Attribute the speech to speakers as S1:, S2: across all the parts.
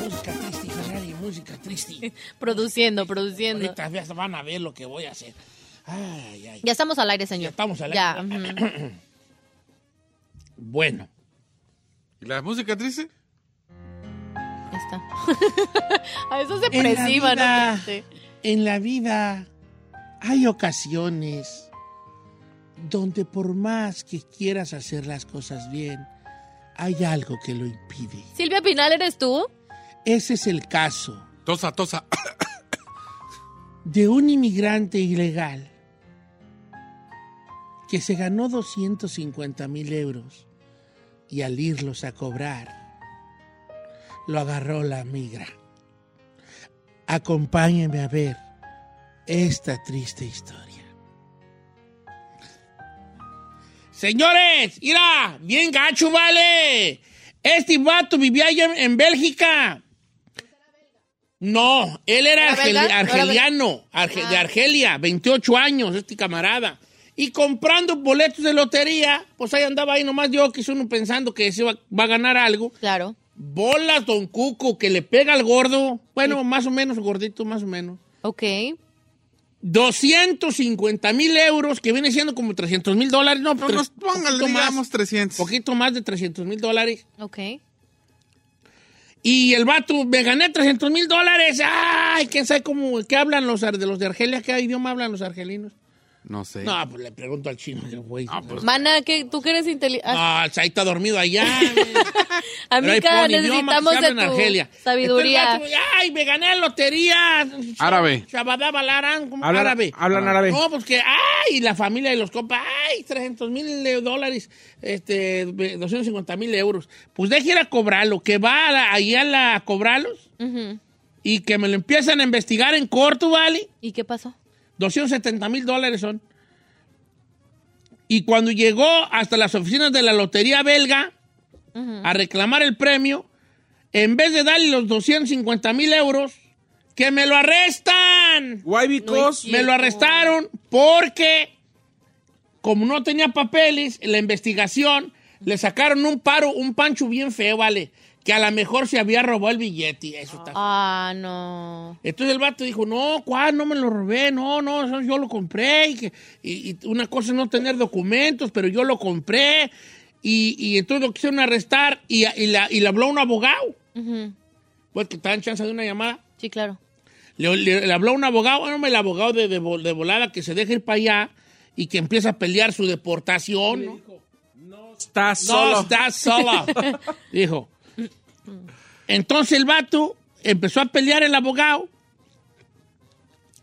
S1: Música triste, hija, dale, música triste.
S2: Produciendo, produciendo.
S1: Ahorita ya van a ver lo que voy a hacer. Ay, ay.
S2: Ya estamos al aire,
S1: Ya
S2: señor.
S1: estamos al
S2: Ya,
S1: aire.
S2: ujú.
S1: Bueno,
S3: ¿Y la música triste?
S2: Ahí está. A eso es
S1: En la
S2: depresiva,
S1: vida.
S2: ¿no? Triste.
S1: en la vida hay ocasiones donde por más que quieras hacer las cosas bien, hay algo que lo impide.
S2: Silvia Pinal, ¿eres tú?
S1: Ese es el caso
S3: Tosa, tosa.
S1: de un inmigrante ilegal que se ganó 250 mil euros y al irlos a cobrar, lo agarró la migra. Acompáñeme a ver esta triste historia. Señores, mira, bien gacho, vale. Este vato vivía allá en, en Bélgica. No, él era
S2: ¿Era belga? Ah.
S1: argeli-
S2: ¿No era belga?
S1: argeliano, arge- de Argelia, 28 años, este camarada. Y comprando boletos de lotería, pues ahí andaba ahí nomás yo, que es uno pensando que se va- va a ganar algo.
S2: Claro.
S1: Bolas, don Cuco, que le pega al gordo. Bueno, más o menos, gordito, más o menos.
S2: Ok.
S1: 250 mil euros, que viene siendo como 300 mil dólares. No,
S3: No,
S1: tres-
S3: nos póngale,
S1: poquito más,
S3: digamos, 300.
S1: Poquito más de 300 mil dólares.
S2: Ok.
S1: Y el vato, me gané 300 mil dólares. ¡Ay! ¿Quién sabe cómo, qué hablan los ar- de los de Argelia? ¿Qué idioma hablan los argelinos?
S3: No sé.
S1: No, pues le pregunto al chino, el güey.
S3: Ah, pues,
S2: Mana, que tú que eres inteligente.
S1: Ah, ahí está dormido allá. Pero ahí
S2: Amiga,
S1: pon idioma que
S2: necesitamos
S1: se
S2: de
S1: habla
S2: tu
S1: en Argelia.
S2: sabiduría.
S1: Entonces, el gato, Ay, me gané la lotería.
S3: Árabe.
S1: Shabadabalaran, ¿cómo?
S4: Hablan-
S1: árabe.
S4: hablan árabe.
S1: No, pues que, ay, la familia y los compas, ay, 300 mil dólares, este, 250 mil euros. Pues deje ir a cobrarlo, que va a la- ahí a, la, a cobrarlos
S2: Ujú.
S1: y que me lo empiezan a investigar en corto, ¿vale?
S2: ¿Y qué pasó?
S1: 270 mil dólares son. Y cuando llegó hasta las oficinas de la lotería belga a reclamar el premio, en vez de darle los 250 mil euros, que me lo arrestan.
S4: Why because...
S2: No,
S1: Me lo arrestaron porque, como no tenía papeles, en la investigación le sacaron un paro, un pancho bien feo, ¿vale? Que a lo mejor se había robado el billete. Eso está
S2: Ah, no.
S1: entonces el vato dijo, no, ¿cuál? No me lo robé, no, no, eso yo lo compré. Y, que- y- y una cosa es no tener documentos, pero yo lo compré. Y, y entonces lo quisieron arrestar y, y la- y le habló un abogado.
S2: Ujú.
S1: Pues que estaban chance de una llamada.
S2: Sí, claro.
S1: Le, le- le habló un abogado, bueno, el abogado de, de vol- de volada que se deja ir para allá y que empieza a pelear su deportación. ¿no?
S4: Está
S1: No
S4: solo.
S1: estás sola. dijo. Entonces el vato empezó a pelear el abogado.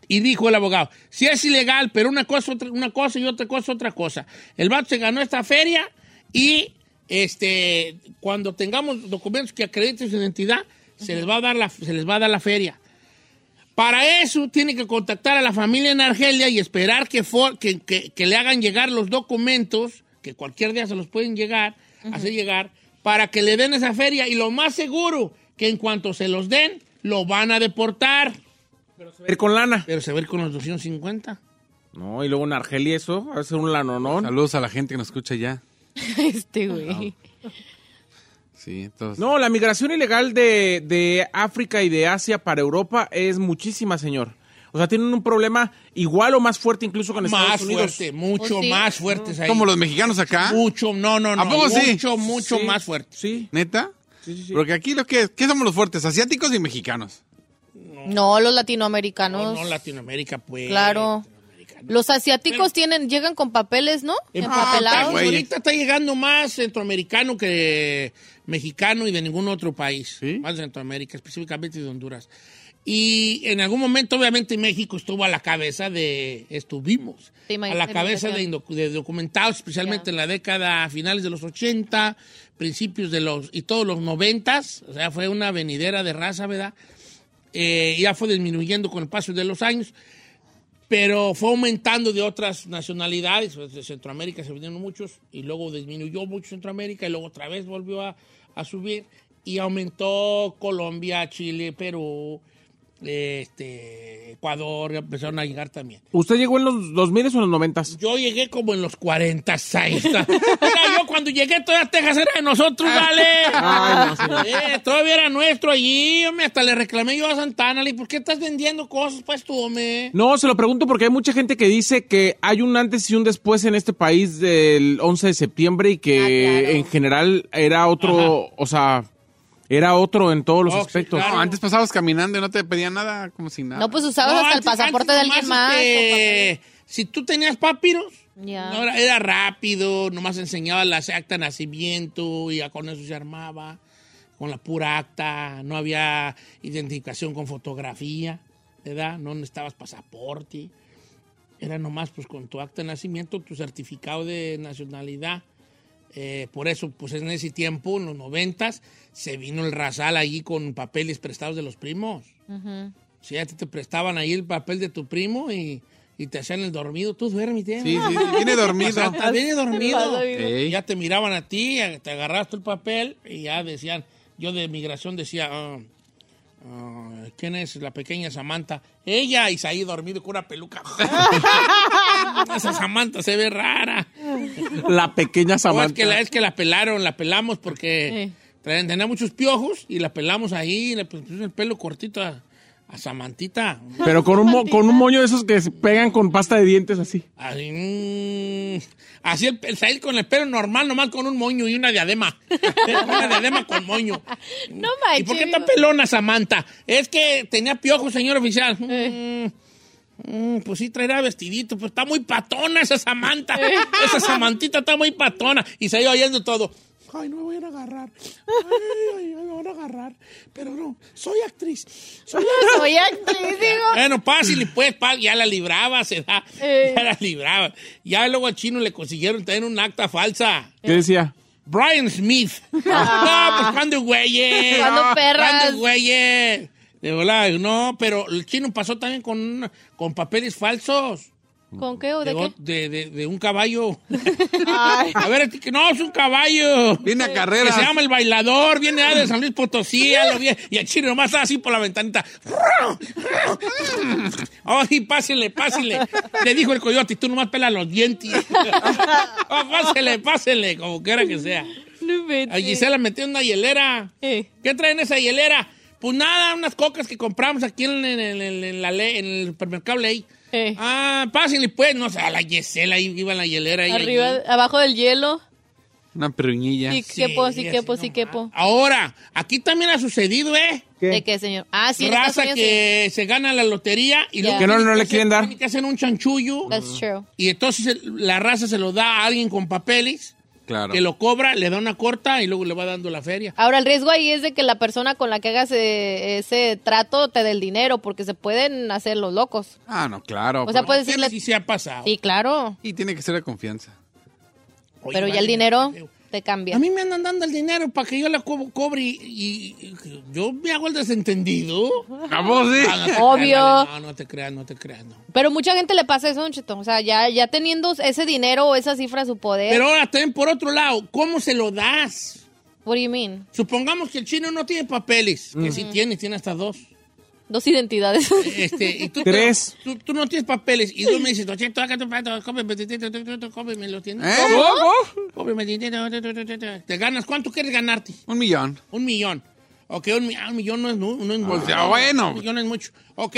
S1: Y dijo el abogado, si es ilegal, pero una cosa, otra- una cosa y otra cosa, otra cosa. El vato se ganó esta feria y este, cuando tengamos documentos que acrediten su identidad, se, les va a dar la, se les va a dar la feria. Para eso tiene que contactar a la familia en Argelia y esperar que, for- que, que- que le hagan llegar los documentos, que cualquier día se los pueden llegar, hacer llegar, para que le den esa feria. Y lo más seguro, que en cuanto se los den, lo van a deportar.
S4: Ir con lana.
S1: Pero se va a ir con los 250.
S4: No, y luego en Argelia eso, va a ser un lanonón.
S3: Saludos a la gente que nos escucha ya.
S2: Este güey.
S3: Sí, entonces.
S4: No, la migración ilegal de, de África y de Asia para Europa es muchísima, señor. O sea, tienen un problema igual o más fuerte incluso con Estados
S1: Más
S4: Unidos.
S1: fuerte, mucho
S2: ¿O Oh, sí?
S1: más fuertes ahí.
S3: Como los mexicanos acá.
S1: Mucho, no, no, no.
S3: ¿A poco sí?
S1: mucho, mucho
S4: Sí.
S1: más fuerte.
S4: Sí.
S3: ¿Neta?
S4: Sí, sí, sí.
S3: Porque aquí lo que ¿qué somos los fuertes? Asiáticos y mexicanos.
S2: No, los latinoamericanos.
S1: No, no, Latinoamérica, pues.
S2: Claro.
S1: Latinoamérica, no.
S2: Los asiáticos tienen, llegan con papeles, ¿no?
S1: Ah, está-
S2: Empapelados.
S3: güey.
S1: ahorita está llegando más centroamericano que mexicano y de ningún otro país.
S3: ¿Sí?
S1: Más de Centroamérica, específicamente de Honduras. Y en algún momento, obviamente, México estuvo a la cabeza de. Estuvimos.
S2: Sí, ma-
S1: a la
S2: de
S1: cabeza de,
S2: inmigración.
S1: indocu- de documentados, especialmente
S2: Ya.
S1: en la década finales de los 80, principios de los. y todos los 90. O sea, fue una venidera de raza, ¿verdad? Eh, ya fue disminuyendo con el paso de los años pero fue aumentando de otras nacionalidades, pues, de Centroamérica se vinieron muchos, y luego disminuyó mucho Centroamérica, y luego otra vez volvió a, a subir, y aumentó Colombia, Chile, Perú, este, Ecuador, empezaron a llegar también.
S4: ¿Usted llegó en los 2000 o en los 90?
S1: Yo llegué como en los 40, ahí está. Mira, yo cuando llegué toda Texas era de nosotros, dale. Eh, todavía era nuestro allí, hombre, hasta le reclamé yo a Santana, le dije, ¿por qué estás vendiendo cosas, pues tú, hombre?
S4: No, se lo pregunto porque hay mucha gente que dice que hay un antes y un después en este país del 11 de septiembre y que
S2: Ah, claro.
S4: en general era otro, o sea, era otro en todos los
S1: Oh, sí,
S4: aspectos.
S1: claro.
S3: No, antes pasabas caminando y no te pedían nada, como si nada.
S2: No, pues usabas hasta el
S1: antes-
S2: pasaporte de
S1: antes
S2: alguien
S1: nomás,
S2: más.
S1: este, si tú tenías papiros,
S2: Ya.
S1: no era, era rápido, nomás enseñaba la acta de nacimiento y ya con eso se armaba, con la pura acta, no había identificación con fotografía, ¿verdad? No necesitabas pasaporte, era nomás pues con tu acta de nacimiento, tu certificado de nacionalidad. Eh, por eso, pues en ese tiempo, en los noventas, se vino el rasal allí con papeles prestados de los primos. Si ya te, te prestaban ahí el papel de tu primo y, y te hacían el dormido, tú duérmete.
S3: Sí,
S1: ¿no?
S3: sí, sí, viene dormido.
S1: Pasaba, Viene dormido.
S3: Ey.
S1: Ya te miraban a ti, ya te agarraste el papel y ya decían, yo de migración decía, ah, ah, ¿quién es la pequeña Samantha? Ella, y ahí dormido con una peluca. Esa Samantha se ve rara.
S4: La pequeña
S1: No,
S4: Samantha.
S1: es, que la, es que la pelaron, la pelamos porque traen, tenía muchos piojos y la pelamos ahí, y le pusimos el pelo cortito a, a Samantita.
S4: Pero con un, mo- con un moño de esos que se pegan con pasta de dientes así.
S1: Así, mm, así el, el salir con el pelo normal, nomás con un moño y una diadema. una diadema con moño.
S2: No
S1: ¿Y por qué
S2: manches.
S1: tan pelona Samantha? Es que tenía piojos, señor oficial. Mm,
S2: Eh.
S1: mm, pues sí, traerá vestidito, pues está muy patona esa Samantha.
S2: Eh.
S1: Esa Samantita está muy patona. Y se iba oyendo todo. Ay, no me voy a agarrar. Ay, ay, me van a agarrar. Pero no, soy actriz. Soy
S2: Soy actriz, digo.
S1: bueno, fácil y pues, pa- ya la libraba, se da.
S2: Eh.
S1: Ya la libraba. Ya luego al chino le consiguieron tener un acta falsa.
S4: ¿Qué decía?
S1: Brian Smith. no, pues cuando güeyes.
S2: Cuando
S1: No,
S2: Ah. perras.
S1: Cuando güeyes. De verdad, no, pero el chino pasó también con, una- con papeles falsos.
S2: ¿Con qué o de
S1: De,
S2: qué?
S1: ot- de- de- de un caballo. A ver, que no, es un caballo.
S3: Viene a
S1: Que
S3: carrera.
S1: se llama El Bailador, viene de San Luis Potosí, ya lo vi. Y el chino nomás está así por la ventanita. Ay, pásele, pásele. Le dijo el coyote, tú nomás pelas los dientes. Ah, pásele, pásele, como quiera que sea.
S2: No inventes.
S1: A Gisela metió en una hielera.
S2: Eh.
S1: ¿Qué traen esa hielera? Pues nada, unas cocas que compramos aquí en, en- en- en- en la Le- en el supermercado Ley.
S2: Eh.
S1: Ah, pásenle pues, no sé, a la Gisela, ahí iba la hielera. ahí, allí.
S2: Arriba, abajo del hielo.
S3: Una peruñilla.
S2: Sí, quepo, sí,
S1: así
S2: quepo, sí,
S1: nomás.
S2: quepo.
S1: Ahora, aquí también ha sucedido, ¿eh?
S2: ¿De qué, señor? Ah, sí. en
S1: Raza
S2: Estados Unidos,
S1: que se gana la lotería y
S2: Ya.
S1: luego
S2: Pues Que
S4: no-
S1: tienen
S4: no le
S1: hacer-
S4: quieren dar.
S1: tienen que hacen un chanchullo
S2: sí. That's true.
S1: y entonces el- la raza se lo da a alguien con papeles
S3: Claro.
S1: que lo cobra, le da una corta y luego le va dando la feria.
S2: Ahora, el riesgo ahí es de que la persona con la que hagas eh, ese trato te dé el dinero, porque se pueden hacer los locos.
S3: Ah, no, claro.
S2: O sea, pues-
S3: pero-
S2: puedes
S1: Pero
S2: pues,
S1: sí
S2: decirle...
S1: se ha pasado.
S2: Sí, claro.
S3: Y tiene que ser de confianza.
S1: Oye,
S2: Pero ya el
S1: vale,
S2: dinero
S1: feo.
S2: te cambia.
S1: A mí me andan dando el dinero para que yo la co- cobre y, y- y yo me hago el desentendido.
S3: Vamos, sí.
S1: Ah, no te creas,
S2: Obvio. Eh.
S1: vale, no, no te creas, no te creas, no.
S2: Pero mucha gente le pasa eso, don Cheto. O sea, ya, ya teniendo ese dinero o esa cifra a su poder.
S1: Pero ahora también, por otro lado, ¿cómo se lo das?
S2: What do you mean?
S1: Supongamos que el chino no tiene papeles, que sí tiene, tiene hasta dos.
S2: Dos identidades.
S1: Este, y tú,
S4: Tres.
S1: Tú, tú no tienes papeles. Y tú me dices, "Oye, toca tu plato, cómeme, te- te- te- te- te- cómeme, lo tienes.
S3: ¿Eh?
S1: Cómeme, te- te- te- te- te- te- Te ganas, ¿cuánto quieres ganarte?
S3: Un millón.
S1: Un millón. Ok, un, mi- ah, un millón no es, nu- no es mucho.
S3: sea, bueno.
S1: Un millón es mucho. Ok,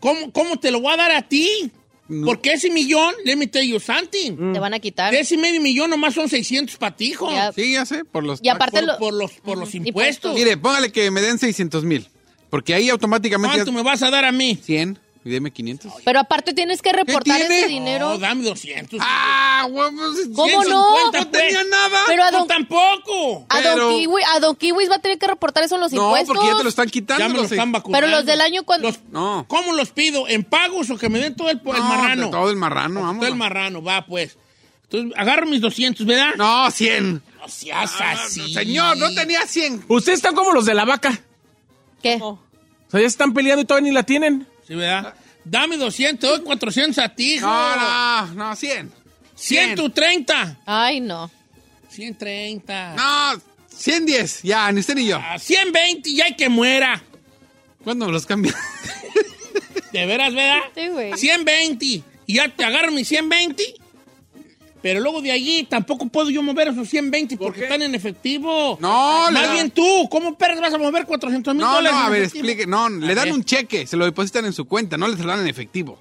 S1: ¿Cómo, ¿Cómo te lo voy a dar a ti? Porque ese millón, let me tell you something.
S2: Te van a quitar.
S1: De ese medio millón nomás son 600 patijos.
S2: Ya.
S3: Sí, ya sé, por los
S2: Y aparte
S1: Por,
S2: lo-
S1: por los, por los impuestos.
S3: Mire, póngale que me den 600 mil. Porque ahí automáticamente.
S1: ¿Cuánto
S3: Ya...
S1: me vas a dar a mí?
S3: 100 y deme 500.
S2: Pero aparte tienes que reportar
S3: tiene?
S2: ese
S1: No,
S2: dinero.
S1: dame 200.
S3: ¡Ah, huevos!
S2: ¿Cómo no?
S1: 150,
S3: ¡No tenía
S1: pues.
S3: nada!
S2: Pero a
S1: Tú
S2: don,
S1: tampoco.
S2: a don
S3: pero-
S2: Kiwi, a don Kiwis va a tener que reportar eso en los
S3: No,
S2: impuestos.
S3: porque ya te lo están quitando.
S1: Ya me lo
S3: los
S1: están
S3: seis-
S1: vacunando.
S2: Pero los del año cuando-
S1: Los-
S3: No.
S1: ¿Cómo los pido? ¿En pagos o que me den todo el, po- el
S3: No,
S1: marrano?
S3: de Todo el marrano, vamos.
S1: Todo el marrano, va pues. Entonces, agarro mis 200, ¿verdad?
S3: No, 100.
S1: No seas así.
S3: Señor, no tenía 100.
S4: Ustedes están como los de la vaca.
S2: ¿Qué?
S4: O sea, ya se están peleando y todavía ni la tienen.
S1: Sí, ¿verdad? Dame 200, te doy 400 a ti, hijo.
S3: No, no, no, 100.
S1: 130.
S2: Ay, no.
S1: 130.
S3: No, 110. Ya, ni usted ni yo.
S1: A 120 y hay que muera.
S3: ¿Cuándo me los cambian?
S1: De veras, ¿verdad?
S2: Sí, güey.
S1: 120. Y ya te agarro mis 120. Pero luego de allí tampoco puedo yo mover esos 120 porque están en efectivo.
S3: No, le
S1: Más
S3: da-
S1: bien tú, ¿cómo perras vas a mover 400 mil
S3: No, no,
S1: dólares?
S3: a
S1: en
S3: ver,
S1: efectivo?
S3: explique. No, le
S1: A
S3: dan
S1: ver.
S3: un cheque, se lo depositan en su cuenta, no le se lo dan en efectivo.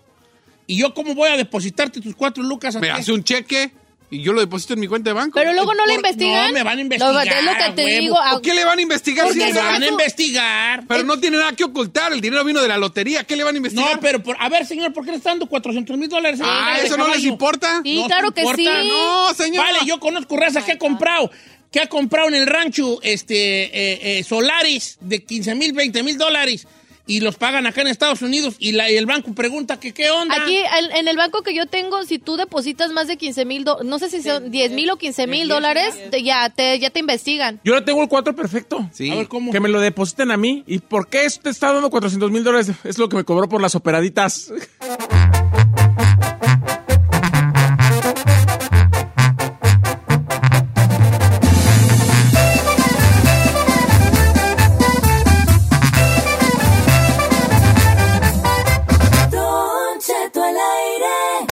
S1: ¿Y yo cómo voy a depositarte tus cuatro lucas a
S3: Me
S1: ti?
S3: hace un cheque y yo lo deposito en mi cuenta de banco.
S2: Pero luego no
S1: Por-
S2: le investigan.
S1: no, me van a investigar,
S2: Lo- es lo que
S1: a
S2: te
S1: huevo.
S2: digo. a-
S3: ¿Por qué le van a investigar?
S2: Porque
S3: si
S1: Me
S3: es-
S2: no-
S1: van a
S2: eso-
S1: investigar.
S3: Pero no tiene nada que ocultar, el dinero vino de la lotería, ¿qué le van a
S1: No, pues,
S3: investigar?
S1: pero por- a ver, señor, ¿por qué le están dando 400 mil dólares?
S3: Ah, ¿eso no les importa?
S2: Sí, claro que sí.
S3: No, señora.
S1: Vale, yo conozco raza que ha comprado, que ha comprado en el rancho este, eh, eh, solares de 15 mil, 20 mil dólares y los pagan acá en Estados Unidos y, la, y el banco pregunta que qué onda.
S2: Aquí, al- en el banco que yo tengo, si tú depositas más de 15 mil, no sé si son 10 mil o 15 mil dólares, te- ya te, ya te investigan.
S4: Yo ahora tengo el 4 perfecto.
S3: Sí.
S1: A ver cómo.
S4: Que me lo depositen a mí. ¿Y por qué te está dando 400 mil dólares? Es lo que me cobró por las operaditas.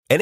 S5: En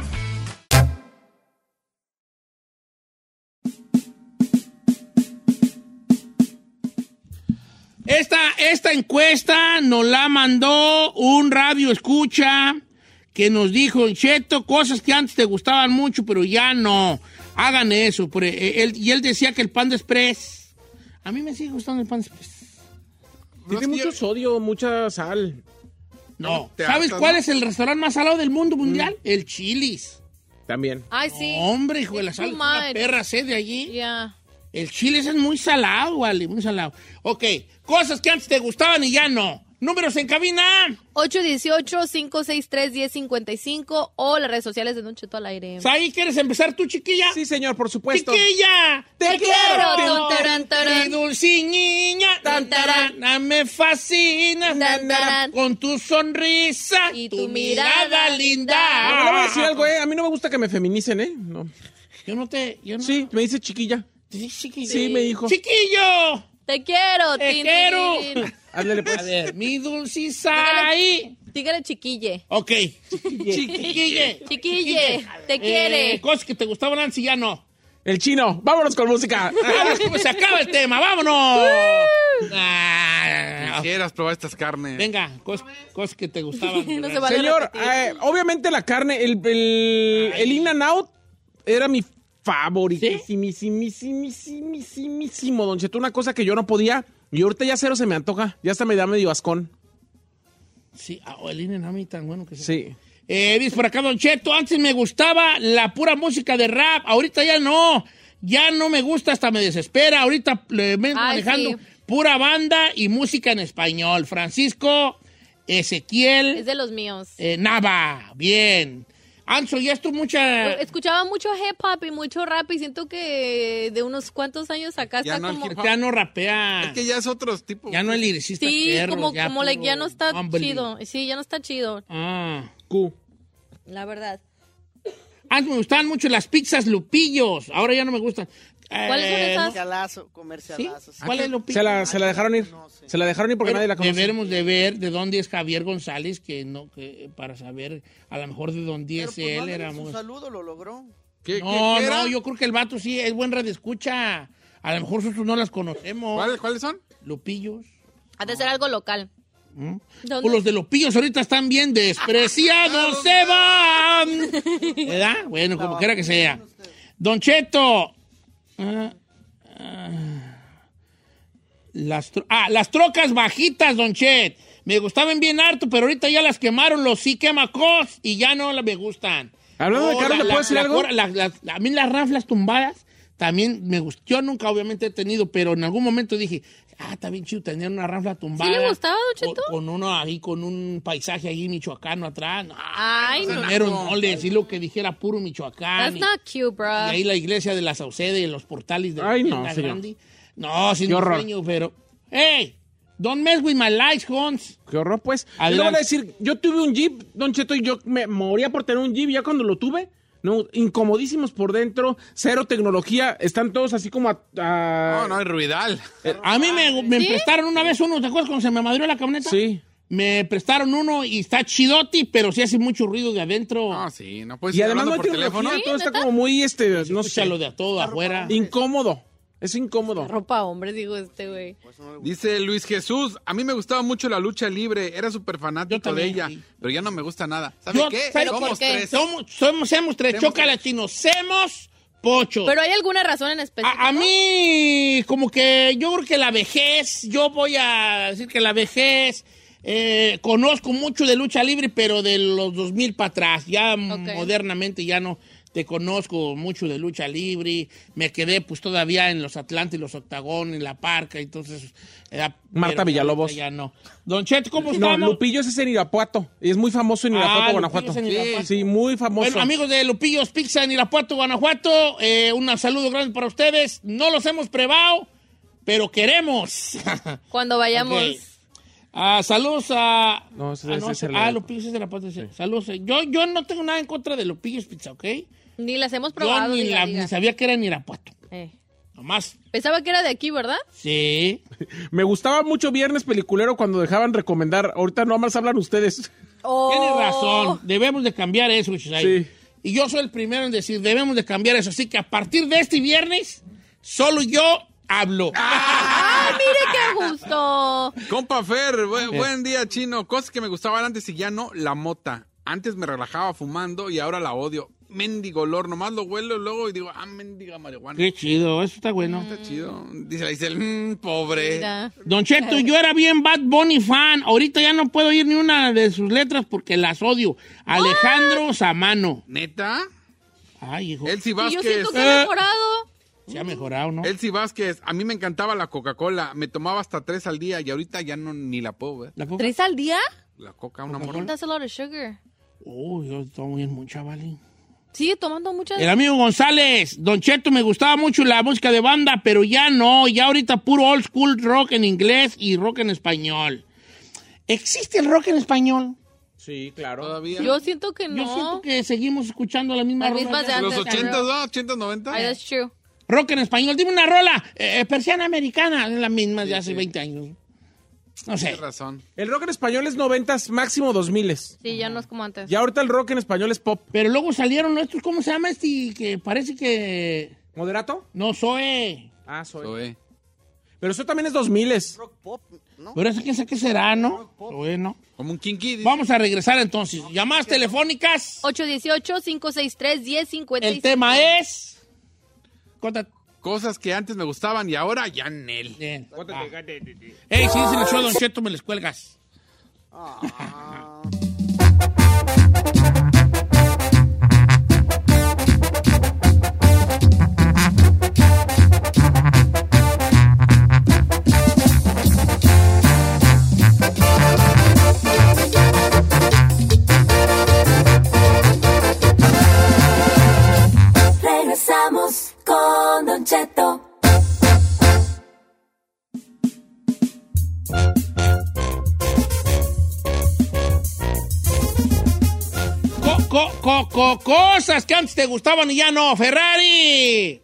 S1: Esta, esta encuesta nos la mandó un radio escucha que nos dijo, Cheto, cosas que antes te gustaban mucho, pero ya no. Hagan eso. por- eh, él- y él decía que el pan de express. A mí me sigue gustando el pan de express.
S4: Tiene mucho sodio, mucha sal.
S1: No.
S3: Te
S1: ¿Sabes
S3: hartas,
S1: cuál
S3: ¿no?
S1: es el restaurante más salado del mundo mundial? El Chili's.
S4: También.
S2: Ay, sí.
S1: Hombre, hijo de la
S2: It's
S1: sal,
S2: too
S1: una
S2: much.
S1: perra sed de allí.
S2: Ya.
S1: El Chili's es muy salado, vale, muy salado. Ok, cosas que antes te gustaban y ya no. Números en cabina.
S2: 818-563-1055 o las redes sociales de Don Cheto al aire.
S1: ¿Ahí quieres empezar tú, chiquilla?
S4: Sí, señor, por supuesto.
S1: ¡Chiquilla!
S4: Te quiero,
S2: tan, taran, taran.
S1: Mi dulce niña,
S2: Tan, taran.
S1: na, me fascina,
S2: Tan, taran.
S1: con tu sonrisa y tu, mirada, linda.
S4: No, le voy a decir algo, eh. A mí no me gusta que me feminicen, eh. No.
S1: Yo no te, yo no
S4: Sí, me dice chiquilla.
S1: te dije chiquilla.
S4: Sí, me dijo.
S1: Chiquillo,
S2: Te quiero,
S1: te
S2: tin,
S1: quiero.
S2: tin, tin.
S4: Ándale,
S1: A
S4: pues.
S1: ver, mi dulcisa ahí.
S2: Dígale chiquille.
S1: Ok. Chiquille.
S2: Chiquille, te
S1: Eh,
S2: quiere.
S1: cosas que te gustaban antes y ya no.
S4: El chino. Vámonos con música.
S1: Vámonos, pues, se acaba el tema, vámonos. Ah,
S3: Quieras probar estas carnes.
S1: venga, cos- cosas que te gustaban.
S2: No se vale
S4: Señor,
S2: repetir.
S4: eh, obviamente la carne, el, el, el In and Out era mi favorito.
S1: ¿Sí?
S4: Don Cheto, una cosa que yo no podía Y ahorita ya cero se me antoja. Ya hasta me da medio ascón.
S1: Sí, ah, el INE no a mí tan bueno que sea.
S4: Sí.
S1: Eh, dice por acá Don Cheto, antes me gustaba la pura música de rap, ahorita ya no, ya no me gusta, hasta me desespera, ahorita le vengo
S2: Ay,
S1: manejando
S2: sí.
S1: pura banda y música en español. Francisco
S2: Es
S1: Ezequiel
S2: de los míos.
S1: eh, Nava, bien. Anso, ya estuvo mucha...
S2: Escuchaba mucho hip hop y mucho rap y siento que de unos cuantos años acá
S3: Ya
S2: está
S3: no el
S2: como...
S3: hip hop.
S1: Ya no rapea,
S3: Es que ya es otro tipo.
S1: ya no el liricista
S2: Sí,
S1: perro,
S2: como,
S1: ya
S2: como like,
S1: puro
S2: ya no está
S1: mumbling.
S2: chido. Sí, ya no está chido,
S1: Ah.
S4: Q.
S2: la verdad.
S1: Antes me gustaban mucho las pizzas Lupillos, ahora ya no me gustan.
S2: ¿Cuáles son
S1: Eh,
S2: esas?
S6: Comercialazo, comercialazo.
S1: ¿Cuál es Lupillo?
S4: Ah, Se la, se la dejaron ir. Se la dejaron ir porque
S1: Bueno,
S4: nadie la conoce.
S1: Deberemos de ver de dónde es Javier González, que no, que para saber a lo mejor de dónde
S6: pues,
S4: pues,
S1: es él. era muy-
S6: Un saludo lo logró.
S3: ¿Qué- qué-
S1: No,
S3: qué era?
S1: no, yo creo que el vato sí es buen radio escucha. A lo mejor nosotros no las conocemos.
S3: ¿Cuál- ¿Cuáles son?
S1: Lupillos.
S2: Ha de ser algo local. ¿Dónde?
S1: Pues los de Lupillos ahorita están bien despreciados, se van. ¿Verdad? Bueno, como quiera que sea. Don Cheto. Ah, ah. las, tro- ah, las trocas bajitas, Don Chet. Me gustaban bien harto, pero ahorita ya las quemaron los sí quemacos y ya no la- me gustan.
S4: Hablando de carros,
S1: la-
S4: ¿le
S1: la-
S4: puedo decir
S1: la
S4: algo?
S1: cora- la- la- la- a mí las raflas tumbadas también me gustó. Yo nunca obviamente he tenido, pero en algún momento dije, ah, está bien chido tener una rafla tumbada.
S2: gustaba, Don
S1: Con-
S2: Cheto?
S1: Con, uno ahí, con un paisaje ahí michoacano atrás. No,
S2: Ay, no.
S1: mero mole, sí lo que dijera puro
S2: That's
S1: michoacán. Y,
S2: not cute, bro.
S1: y ahí la iglesia de la Sauceda y los portales de
S4: Ay, no,
S1: la
S4: señor.
S1: Grande. No, sin
S4: Qué horror.
S1: sueño, pero... ¡Hey! Don't mess with my life, Hans.
S4: Qué horror, pues.
S1: Adelante.
S4: Yo le voy a decir, yo tuve un Jeep, Don Cheto, y yo me moría por tener un Jeep. Ya cuando lo tuve, no, incomodísimos por dentro, cero tecnología, están todos así como a... a-
S3: No, no, es ruidal.
S4: Eh,
S1: A mí me, me prestaron una vez uno, ¿te acuerdas cuando se me madrió la camioneta?
S4: Sí.
S1: Me prestaron uno y está chidoti, pero sí hace mucho ruido de adentro.
S4: Ah,
S3: No, sí, no puedes
S4: Y
S3: ir
S4: además no
S3: hablando
S4: hay
S3: por teléfono.
S4: tecnología,
S2: Sí,
S4: todo está
S2: ¿neta?
S4: como muy, este, no
S1: Escucha
S4: sé,
S1: lo de a todo afuera.
S4: incómodo. Es incómodo.
S2: Ropa hombre, digo este güey.
S1: Pues,
S3: Dice Luis Jesús, a mí me gustaba mucho la lucha libre, era súper fanático
S1: Yo también,
S3: de ella,
S1: sí.
S3: pero ya no me gusta nada. ¿Sabe
S1: Yo-
S3: qué?
S1: ¿sabe
S3: Somos
S2: por qué?
S3: tres.
S1: Somos, somos, seamos tres,
S3: Seamos
S1: chócala, chino, semos pocho.
S2: Pero pues, hay alguna razón en especial.
S1: pues. Ah, a, a mí, como que yo creo que la vejez, yo voy a decir que la vejez, eh, conozco mucho de lucha libre, pero de los 2000 para atrás, ya m- modernamente ya no te conozco mucho de lucha libre, me quedé pues todavía en los Atlantes, los Octagones, la Parca, entonces... eh,
S4: Marta
S1: pero
S4: Villalobos.
S1: Ya no. Don Cheto, ¿cómo
S4: No,
S1: estamos?
S4: Lupillo ese es en Irapuato. Y es muy famoso en
S1: Ah,
S4: Irapuato,
S1: Lupillo
S4: Guanajuato.
S1: es en Irapuato.
S4: Sí, muy famoso.
S1: Bueno, amigos de Lupillos Pizza en Irapuato, Guanajuato, eh, un saludo grande para ustedes. No los hemos probado, pero queremos.
S2: Cuando vayamos.
S1: Ok. Ah, saludos a.
S4: No, ese
S1: ah,
S4: es-
S1: no,
S4: ese es el-
S1: ah, Lupillos es de Irapuato. sí. Saludos. eh. Yo, yo no tengo nada en contra de Lupillos Pizza, ¿ok?
S2: Ni las hemos
S1: Yo
S2: probado.
S1: ni,
S2: diga,
S1: la-
S2: diga.
S1: ni sabía que era en Irapuato.
S2: Eh.
S1: Nomás.
S2: Pensaba que era de aquí, ¿verdad?
S1: Sí.
S4: Me gustaba mucho Viernes Peliculero cuando dejaban recomendar. Ahorita nomás hablan ustedes.
S2: Oh.
S1: Tienes razón. Debemos de cambiar eso, Chisay.
S4: Sí.
S1: Y yo soy el primero en decir, debemos de cambiar eso. Así que a partir de este viernes, solo yo hablo.
S2: Ah. ¡Ay, mire qué gusto!
S3: Compa Fer, bu- buen día, chino. Cosas que me gustaban antes y ya no, la mota. Antes me relajaba fumando y ahora la odio. Mendigo olor, nomás lo huelo luego y digo, ah, mendiga marihuana.
S1: Qué chido, eso está bueno.
S3: Está chido. Dice, dice, mmm, pobre.
S2: Mira.
S1: Don Cheto, yo era bien Bad Bunny fan. Ahorita ya no puedo oír ni una de sus letras porque las odio. Alejandro Samano.
S3: ¿Neta?
S1: Ay, hijo.
S3: Elsie
S2: Y yo
S3: Vázquez.
S2: siento que he mejorado.
S1: Se ha mejorado, ¿no?
S3: Elsie Vázquez, a mí me encantaba la Coca-Cola. Me tomaba hasta tres al día y ahorita ya no ni la puedo ver.
S1: La coca-
S2: ¿Tres al día?
S3: La Coca, una morona.
S2: That's a lot of sugar.
S1: Uy, yo tomo bien mucha, vale.
S2: Sigue tomando muchas.
S1: El amigo González. Don Cheto, me gustaba mucho la música de banda, pero ya no. Ya ahorita puro old school rock en inglés y rock en español. ¿Existe el rock en español?
S4: Sí, claro.
S3: Todavía.
S2: Yo siento que no.
S1: Yo siento que seguimos escuchando la misma
S2: Las
S1: rola.
S2: mismas de
S3: Los
S2: antes.
S3: 80, ¿no? 80, 90.
S2: Ay, that's true.
S1: Rock en español, dime una rola. eh, persiana americana, es la misma de hace 20 años. No sé.
S3: Tienes razón.
S4: El rock en español es noventas, máximo dos miles.
S2: Sí, ya no es como antes.
S4: Y ahorita el rock en español es pop.
S1: Pero luego salieron estos, ¿cómo se llama este? Que parece que.
S4: ¿Moderato?
S1: No soy.
S4: Ah, soy.
S3: Zoe.
S4: Pero eso también es dos miles.
S6: Rock pop, ¿no?
S1: Pero eso quién sabe qué será, ¿no? Bueno.
S3: Como un kinky. dice.
S1: Vamos a regresar entonces. Llamadas telefónicas.
S2: 818-563-1056.
S1: El tema es. Conta-
S3: Cosas que antes me gustaban y ahora ya Nel.
S1: Bien. Ah. Ey, si dicen el show, Don Cheto, me les cuelgas.
S7: Regresamos con Don Cheto.
S1: Co, co, co, co- cosas que antes te gustaban y ya no. Ferrari.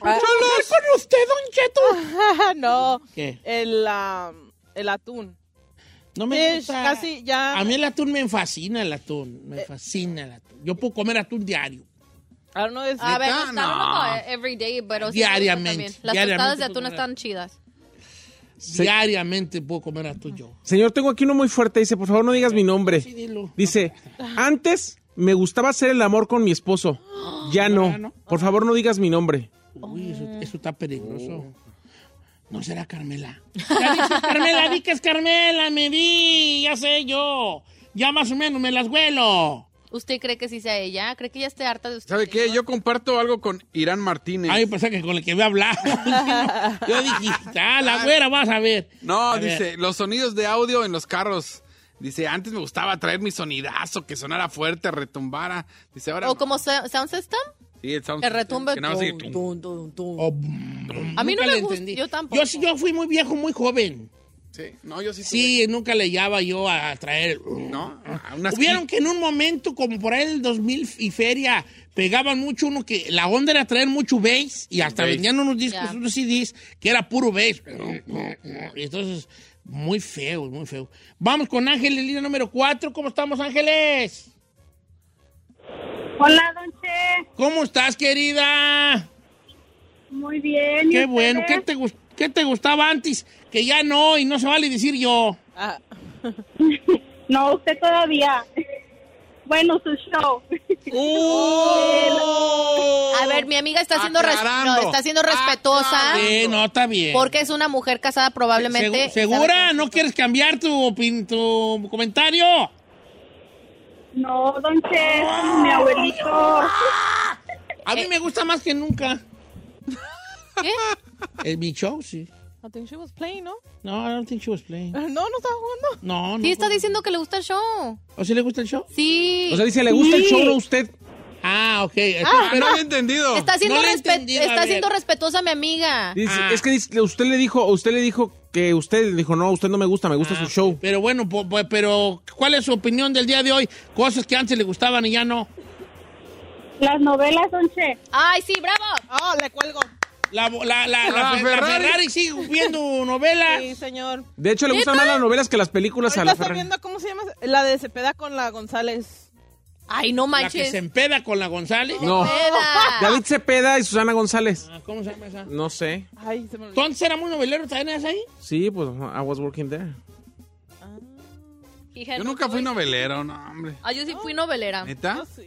S1: Hablar con usted, Don Cheto.
S8: Ah, no,
S1: ¿Qué?
S8: el, am, el atún.
S1: No me
S8: Fish,
S1: gusta.
S8: casi ya-
S1: A mí el atún me fascina el atún.
S2: Eh.
S1: Me fascina el atún. Yo puedo comer atún diario.
S8: I don't know if-
S6: Ah.
S2: A ver, no
S3: ¿Neta?
S2: está
S3: No.
S2: uno como every day, pero sí
S1: Diariamente,
S2: me gusta también. Las
S1: diariamente
S2: tostadas de atún
S1: como era.
S2: están chidas.
S1: Diariamente puedo comer atún yo.
S4: Señor, tengo aquí uno muy fuerte. Dice, por favor, no digas mi nombre.
S1: Sí, dilo.
S4: Dice, antes me gustaba hacer el amor con mi esposo. Ya no. Por favor, no digas mi nombre.
S2: Oh.
S1: Uy, eso, eso está
S3: Oh.
S1: peligroso. No será Carmela. Ya dices, Carmela, di que es Carmela, me vi, ya sé yo. Ya más o menos me las huelo.
S2: ¿Usted cree que sí sea ella? ¿Cree que ya esté harta de usted?
S3: ¿Sabe qué? Yo comparto algo con Irán Martínez.
S1: Ay, pensé que con el que me hablaba. Yo dije, ah, la güera, vas a ver.
S3: no,
S1: A ver.
S3: dice, los sonidos de audio en los carros. Dice, antes me gustaba traer mi sonidazo, que sonara fuerte, retumbara. Dice, ahora...
S2: ¿O como sa- sound system?
S3: Sí, el sound
S2: Que
S3: system,
S2: retumbe.
S3: que nada más sigue,
S2: tum, tum,
S3: tum,
S2: tum, tum.
S1: Oh,
S2: A mí no
S1: nunca
S2: me
S1: le
S2: gusta,
S1: entendí.
S2: yo tampoco.
S1: Yo, sí- yo fui muy viejo, muy joven.
S3: Sí, no, yo sí.
S1: Sí, nunca le hallaba yo a traer.
S3: tuve, ¿No? Ah, A unas-
S1: Hubieron que en un momento, como por ahí el 2000 y feria, pegaban mucho uno que la onda era traer mucho bass y hasta
S3: Bass.
S1: vendían unos discos,
S2: Ya.
S1: unos CDs que era puro bass. Y Entonces, muy feo, muy feo. Vamos con Ángeles, línea número 4. ¿Cómo estamos, Ángeles?
S9: Hola, Don Che.
S1: ¿Cómo estás, querida?
S9: Muy bien. ¿y
S1: Qué bueno. ¿Qué
S9: ustedes?
S1: te, gus- qué te gustaba antes? Que ya no, y no se vale decir yo.
S8: ah,
S9: No, usted todavía. Bueno, su show.
S2: A ver, mi amiga está siendo, res-
S3: Aclarando.
S2: no, está siendo respetuosa
S1: Sí, no, está bien.
S2: porque es una mujer casada probablemente.
S1: Segu- ¿Segura?
S2: ¿Sabe?
S1: ¿No quieres cambiar tu, opin- tu comentario?
S9: No, Don Che, es como mi abuelito.
S1: A mí me gusta más que nunca.
S2: Eh, ¿Qué?
S1: El mi show, sí.
S8: I think she was playing, ¿no?
S1: No, I don't think she was playing.
S8: No, no estaba jugando.
S1: No, no.
S2: Sí, está diciendo que le gusta el show.
S1: ¿O si le gusta el show?
S2: Sí.
S4: O sea, dice, ¿le gusta el show a usted?
S1: Ah, ok.
S3: Pero había entendido.
S2: está siendo,
S1: no le he
S2: respe-
S1: entendido, a
S2: está
S1: ver.
S2: siendo respetuosa mi amiga.
S4: Dice,
S1: Ah.
S4: Es que dice- usted le dijo, usted le dijo que usted le dijo, no, usted no me gusta, me
S1: Ah,
S4: gusta su show.
S1: Pero bueno, po- po- pero ¿cuál es su opinión del día de hoy? Cosas que antes le gustaban y ya no.
S9: Las novelas, Don Che.
S2: Ay, sí, bravo.
S8: Ah, le cuelgo.
S1: La, la, la, la-
S3: Ah,
S1: la Ferrari.
S3: Ferrari.
S1: sigue viendo novelas.
S8: Sí, señor.
S4: De hecho, le gustan más las novelas que las películas a
S8: Ahorita
S4: la
S8: está
S4: Ferrari.
S8: viendo, ¿cómo se llama? La de Cepeda con la González.
S2: Ay, no
S1: La que
S2: manches.
S1: se empeda con la González.
S4: No.
S2: Cepeda.
S4: David Cepeda y Susana González.
S1: Ah, ¿Cómo se llama esa?
S4: No sé.
S8: Ay, se me olvidó.
S1: Entonces era muy novelero, ¿también eras ahí?
S4: Sí, pues I was working there.
S2: Hija,
S3: Yo
S2: no
S3: nunca fui
S2: soy-
S3: novelero, no, hombre.
S2: Ah, yo sí fui novelera.
S3: ¿Neta?
S8: Yo Ah, sí.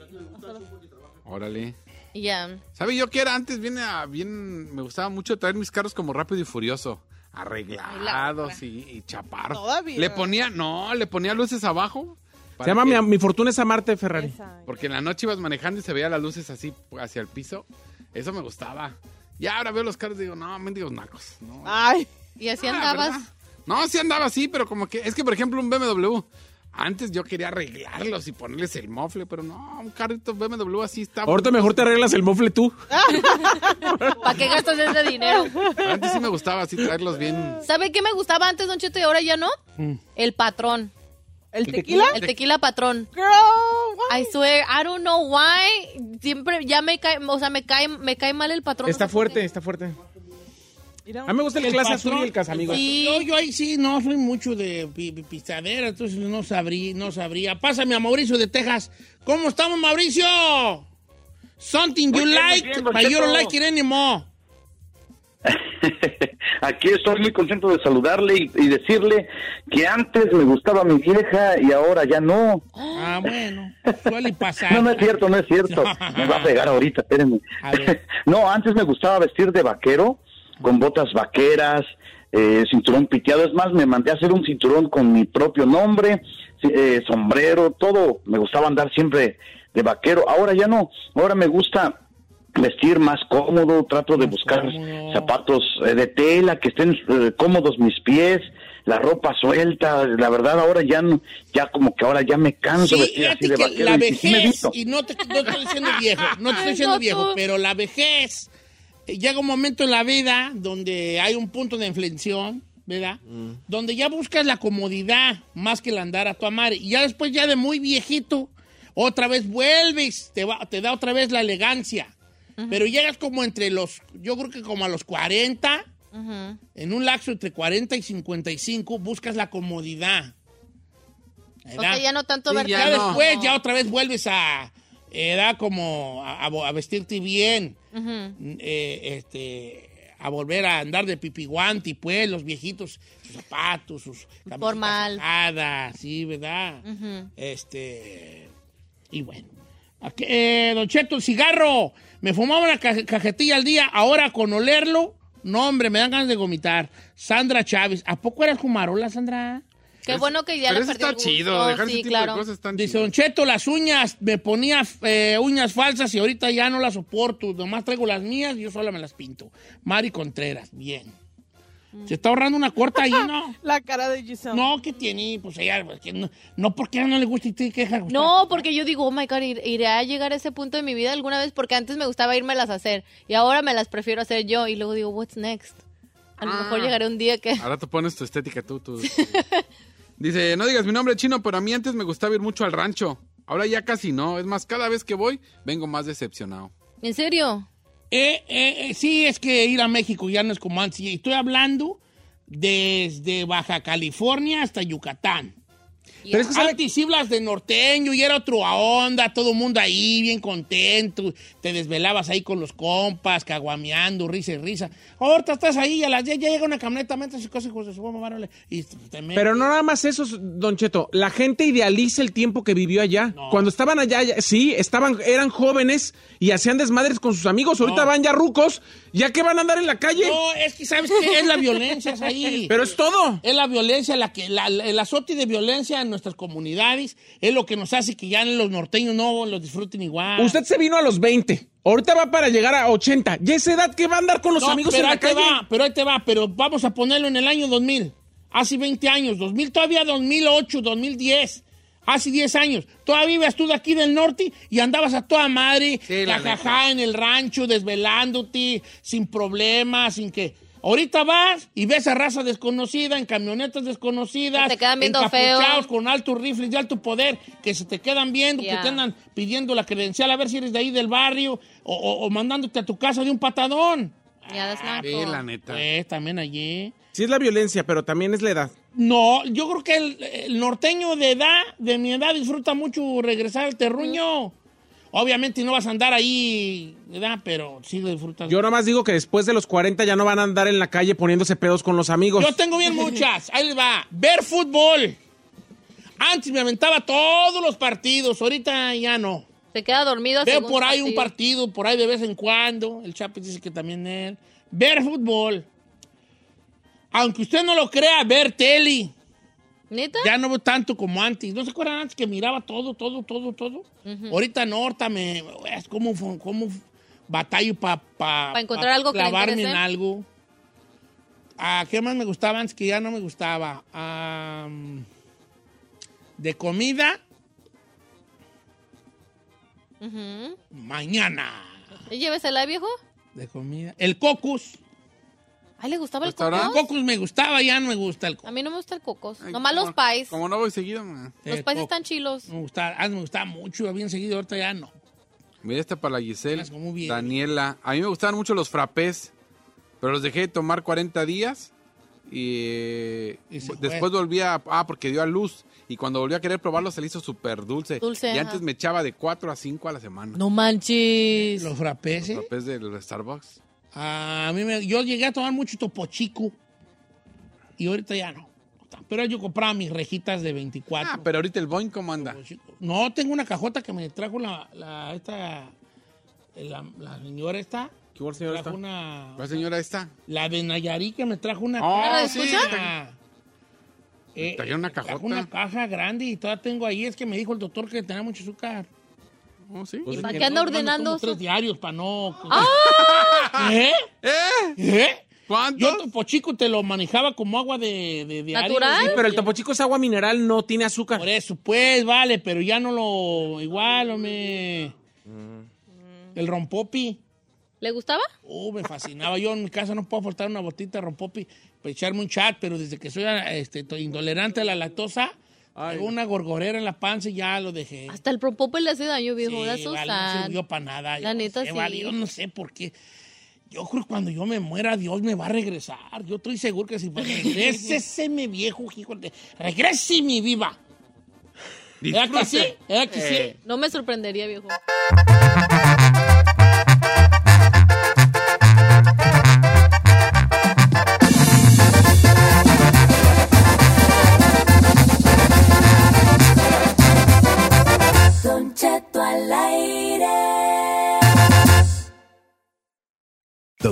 S3: Órale.
S2: Ya.
S3: ¿Sabe yo qué era antes? Bien, a- bien, me gustaba mucho traer mis carros como rápido y furioso. Arreglados y, y chaparros.
S8: Todavía.
S3: Le ponía, no, le ponía luces abajo.
S4: Se
S3: para
S4: llama
S3: que-
S4: mi, mi fortuna es amarte, Ferrari.
S8: Esa.
S3: Porque en la noche ibas manejando y se veía las luces así hacia el piso. Eso me gustaba. Y ahora veo los carros y digo, no, mendigos nacos. No,
S8: Ay,
S2: Y así
S3: Ah,
S2: andabas.
S3: ¿verdad? No, sí andaba así, pero como que. Es que, por ejemplo, un BMW. Antes yo quería arreglarlos y ponerles el mofle, pero no, un carrito BMW así está.
S4: Ahorita mejor te arreglas el mofle tú.
S2: ¿Para qué gastas ese dinero?
S3: Antes sí me gustaba así traerlos bien.
S2: ¿Sabe qué me gustaba antes, Don Cheto, y ahora ya no?
S1: Mm.
S2: El patrón.
S8: ¿el tequila?
S2: El tequila patrón.
S8: Girl, what?
S2: I swear, I don't know why. Siempre ya me cae, o sea, me cae, me cae mal el patrón.
S4: Está
S2: No sé por
S4: fuerte, está fuerte.
S8: Mira,
S4: A mí me gusta el,
S1: El
S4: clase
S1: patrón.
S4: azul y el
S2: qué.
S4: casamigo.
S2: Sí.
S1: Yo, yo ahí sí no soy mucho de pi- pi- pisadera, entonces no sabría, no sabría. Pásame a Mauricio de Texas. ¿Cómo estamos, Mauricio? Something you
S10: Muy bien, muy
S1: like,
S10: bien, Don
S1: but you don't
S10: Cheto.
S1: like it anymore.
S10: Aquí estoy muy contento de saludarle y, y decirle que antes me gustaba mi vieja y ahora ya no.
S1: Ah, bueno, suele pasar.
S10: No, no es cierto, no es cierto. Me va a pegar ahorita, espérenme. no, antes me gustaba vestir de vaquero, con botas vaqueras, eh, cinturón piteado. Es más, me mandé a hacer un cinturón con mi propio nombre, sí, eh, sombrero, todo. Me gustaba andar siempre de vaquero. Ahora ya no. Ahora me gusta vestir más cómodo, trato de buscar zapatos eh, de tela que estén eh, cómodos mis pies, la ropa suelta, la verdad ahora ya no, ya como que ahora ya me canso
S1: Sí,
S10: de vestir así
S1: fíjate
S10: de
S1: que
S10: vaquero.
S1: la
S10: y sí me
S1: vejez,
S10: visto.
S1: y no te, no te estoy diciendo viejo, no te estoy
S10: Ay,
S1: diciendo
S10: no,
S1: viejo,
S10: tú.
S1: pero la vejez, eh, llega un momento en la vida donde hay un punto de inflexión, ¿verdad? Donde ya buscas la comodidad más que el andar a tu amar. Y ya después, ya de muy viejito, otra vez vuelves, te, va- te da otra vez la elegancia. Pero llegas como entre los, yo creo que como a los 40, en un laxo entre 40 y 55, buscas la comodidad.
S2: O sea, ya no tanto
S1: Sí,
S2: ver
S1: ya
S2: tele.
S1: después, ya otra vez vuelves a. Era como a, a- a vestirte bien,
S2: Ujú.
S1: eh, este, a volver a andar de pipiguanti, pues, los viejitos, sus zapatos, sus camisetas
S2: Formal.
S1: ajadas, sí, ¿verdad?
S2: Ujú.
S1: Este, y bueno. Aquí, eh, don Cheto, el cigarro. Me fumaba una ca- cajetilla al día, ahora con olerlo, no, hombre, me dan ganas de vomitar. Sandra Chávez, ¿a poco eras fumarola, Sandra?
S2: Qué bueno que ya
S1: pero
S2: le
S1: eso
S2: perdí
S1: está
S2: el gusto.
S1: chido, dejar ese tipo
S2: sí,
S1: de
S2: claro.
S1: cosas Dice Don Cheto, las uñas, me ponía eh, uñas falsas y ahorita ya no las soporto. Nomás traigo las mías y yo sola me las pinto. Mari Contreras, bien. Se está ahorrando una corta ahí, ¿no?
S8: La cara de Giselle.
S1: No, que tiene, pues ella, pues, que no, no porque a ella no le gusta y te queja. gustar.
S2: No, porque yo digo, oh my God, ir- iré a llegar a ese punto de mi vida alguna vez porque antes me gustaba irmelas a hacer y ahora me las prefiero hacer yo y luego digo, what's next? A lo
S1: Ah.
S2: mejor llegaré un día que...
S3: Ahora tú pones tu estética, tú, tú. Dice, no digas mi nombre chino, pero a mí antes me gustaba ir mucho al rancho. Ahora ya casi no. Es más, cada vez que voy, vengo más decepcionado.
S2: ¿En serio?
S1: Eh, eh, eh, sí, es que ir a México ya no es como antes. Y estoy hablando desde Baja California hasta Yucatán.
S4: Pero es que sabe-
S1: Antes ibas de norteño y era otro a onda, todo el mundo ahí bien contento, te desvelabas ahí con los compas, caguameando, risa y risa. Ahorita estás ahí y a las 10 ya llega una camioneta, metas y cosas, hijos de su mamá, várale, y te metes.
S4: Pero no nada más eso, Don Cheto. La gente idealiza el tiempo que vivió allá. Cuando estaban allá, ya- sí, estaban, eran jóvenes y hacían desmadres con sus amigos. Ahorita van ya rucos. ¿Ya que van a andar en la calle?
S1: No, es que sabes que es la violencia es ahí.
S4: Pero es todo.
S1: Es la violencia, la que, la- la- el azote de violencia en nuestras comunidades es lo que nos hace que ya los norteños no los disfruten igual.
S4: Usted se vino a los 20. Ahorita va para llegar a 80. ¿Y esa edad que va a andar con los
S1: No,
S4: amigos
S1: pero
S4: en la
S1: ahí te
S4: calle?
S1: va, pero ahí te va, pero vamos a ponerlo en el año 2000. Hace 20 años, 2000 todavía 2008, 2010. Hace 10 años. Todavía ibas tú de aquí del norte y andabas a toda madre,
S3: la
S1: cajajá en el rancho, desvelándote, sin problemas, sin que... Ahorita vas y ves a raza desconocida, en camionetas desconocidas,
S2: Que te quedan viendo
S1: encapuchados,
S2: feo.
S1: con altos rifles de alto poder, que se te quedan viendo, que
S2: Ya.
S1: te andan pidiendo la credencial a ver si eres de ahí del barrio o- o- o mandándote a tu casa de un patadón.
S2: Ya das naco.
S1: neta.
S2: Eh,
S1: Pues también allí.
S4: Sí es la violencia, pero también es la edad.
S1: No, yo creo que el, el norteño de edad, de mi edad, disfruta mucho regresar al terruño. Obviamente no vas a andar ahí, ¿verdad? Pero sí lo disfrutas.
S4: Yo nada más digo que después de los 40 ya no van a andar en la calle poniéndose pedos con los amigos.
S1: Yo tengo bien muchas. Ahí les va. Ver fútbol. Antes me aventaba todos los partidos, ahorita ya no.
S2: Se queda dormido. al
S1: Veo
S2: segundo
S1: por ahí un
S2: partido.
S1: partido, por ahí de vez en cuando. El Chapis dice que también él. Ver fútbol. Aunque usted no lo crea, ver tele.
S2: ¿Neta?
S1: Ya no veo tanto como antes. ¿No se acuerdan antes que miraba todo, todo, todo, todo?
S2: Ujú.
S1: Ahorita no, ahorita me... Es como, fu- como fu- batallo para... Para
S2: Pa encontrar algo que le
S1: clavarme en
S2: interese.
S1: algo. Ah, ¿Qué más me gustaba antes que ya no me gustaba? Am, de comida,
S2: Ujú.
S1: mañana.
S2: ¿Y llévesela, viejo?
S1: De comida. El cocus.
S2: Ay, ¿le gustaba el
S1: El
S2: cocos?
S1: cocus me gustaba, ya no me gusta el cocus.
S2: Oh. A mí no me gusta el cocos. Nomás los pais.
S3: Como no voy seguido, man.
S2: Los pais están chilos.
S1: Me gustaba, antes me gustaba mucho, bien seguido, ahorita ya no.
S3: Mira esta para la Giselle. Daniela. A mí me gustaban mucho los frappés, pero los dejé de tomar 40 días y, eh, después volví a... Ah, porque dio a luz. Y cuando volví a querer probarlo se le hizo súper dulce.
S2: Dulce,
S3: Y
S2: ajá.
S3: antes me echaba de 4 a 5 a la semana.
S2: No manches.
S1: Los frappés,
S3: Los frappés del Starbucks.
S1: A mí me- yo llegué a tomar mucho topo chico. Y ahorita ya no. Pero yo compraba mis rejitas de 24.
S3: Ah, pero ahorita el Boeing, ¿cómo anda?
S1: No, tengo una cajota que me trajo la, la- esta, la, la señora esta.
S4: ¿Qué hubo, señora
S1: Trajo
S4: esta?
S1: una-
S3: ¿La señora esta?
S1: La de Nayarí que me trajo una
S3: Oh,
S1: caja.
S3: sí.
S1: Eh,
S3: Traía una
S1: trajo
S3: cajota.
S1: una caja grande y todavía tengo ahí. Es que me dijo el doctor que tenía mucho azúcar.
S3: sí?
S4: pues,
S2: ¿Y para qué anda ordenando
S1: Como
S2: eso?
S1: tres diarios para no... pues.
S2: ¡Ah!
S1: ¿Eh?
S3: ¿Eh?
S1: ¿Eh? Yo Topo Chico te lo manejaba como agua de, de diario.
S4: Sí, pero el topo chico es agua mineral, no tiene azúcar.
S1: Por eso, pues, vale, pero ya no lo... Igual, hombre. El rompopi.
S2: ¿Le gustaba?
S1: Oh, me fascinaba. Yo en mi casa no puedo faltar una botita de rompopi para echarme un chat, pero desde que soy este, to- intolerante a la lactosa, tengo una gorgorera en la panza y ya lo dejé.
S2: Hasta el propopo le hace daño, viejo.
S1: Sí,
S2: that's so
S1: vale, no
S2: sad.
S1: sirvió para nada.
S2: La
S1: yo
S2: neta,
S1: no sé,
S2: sí.
S1: vale, yo no sé por qué. Yo creo que cuando yo me muera, Dios me va a regresar. Yo estoy seguro que si me regrese, mi viejo, hijo de... Regrese mi viva. ¿Era que sí? ¿Era que sí?
S2: No me sorprendería, viejo.
S7: Don Cheto al aire.
S11: The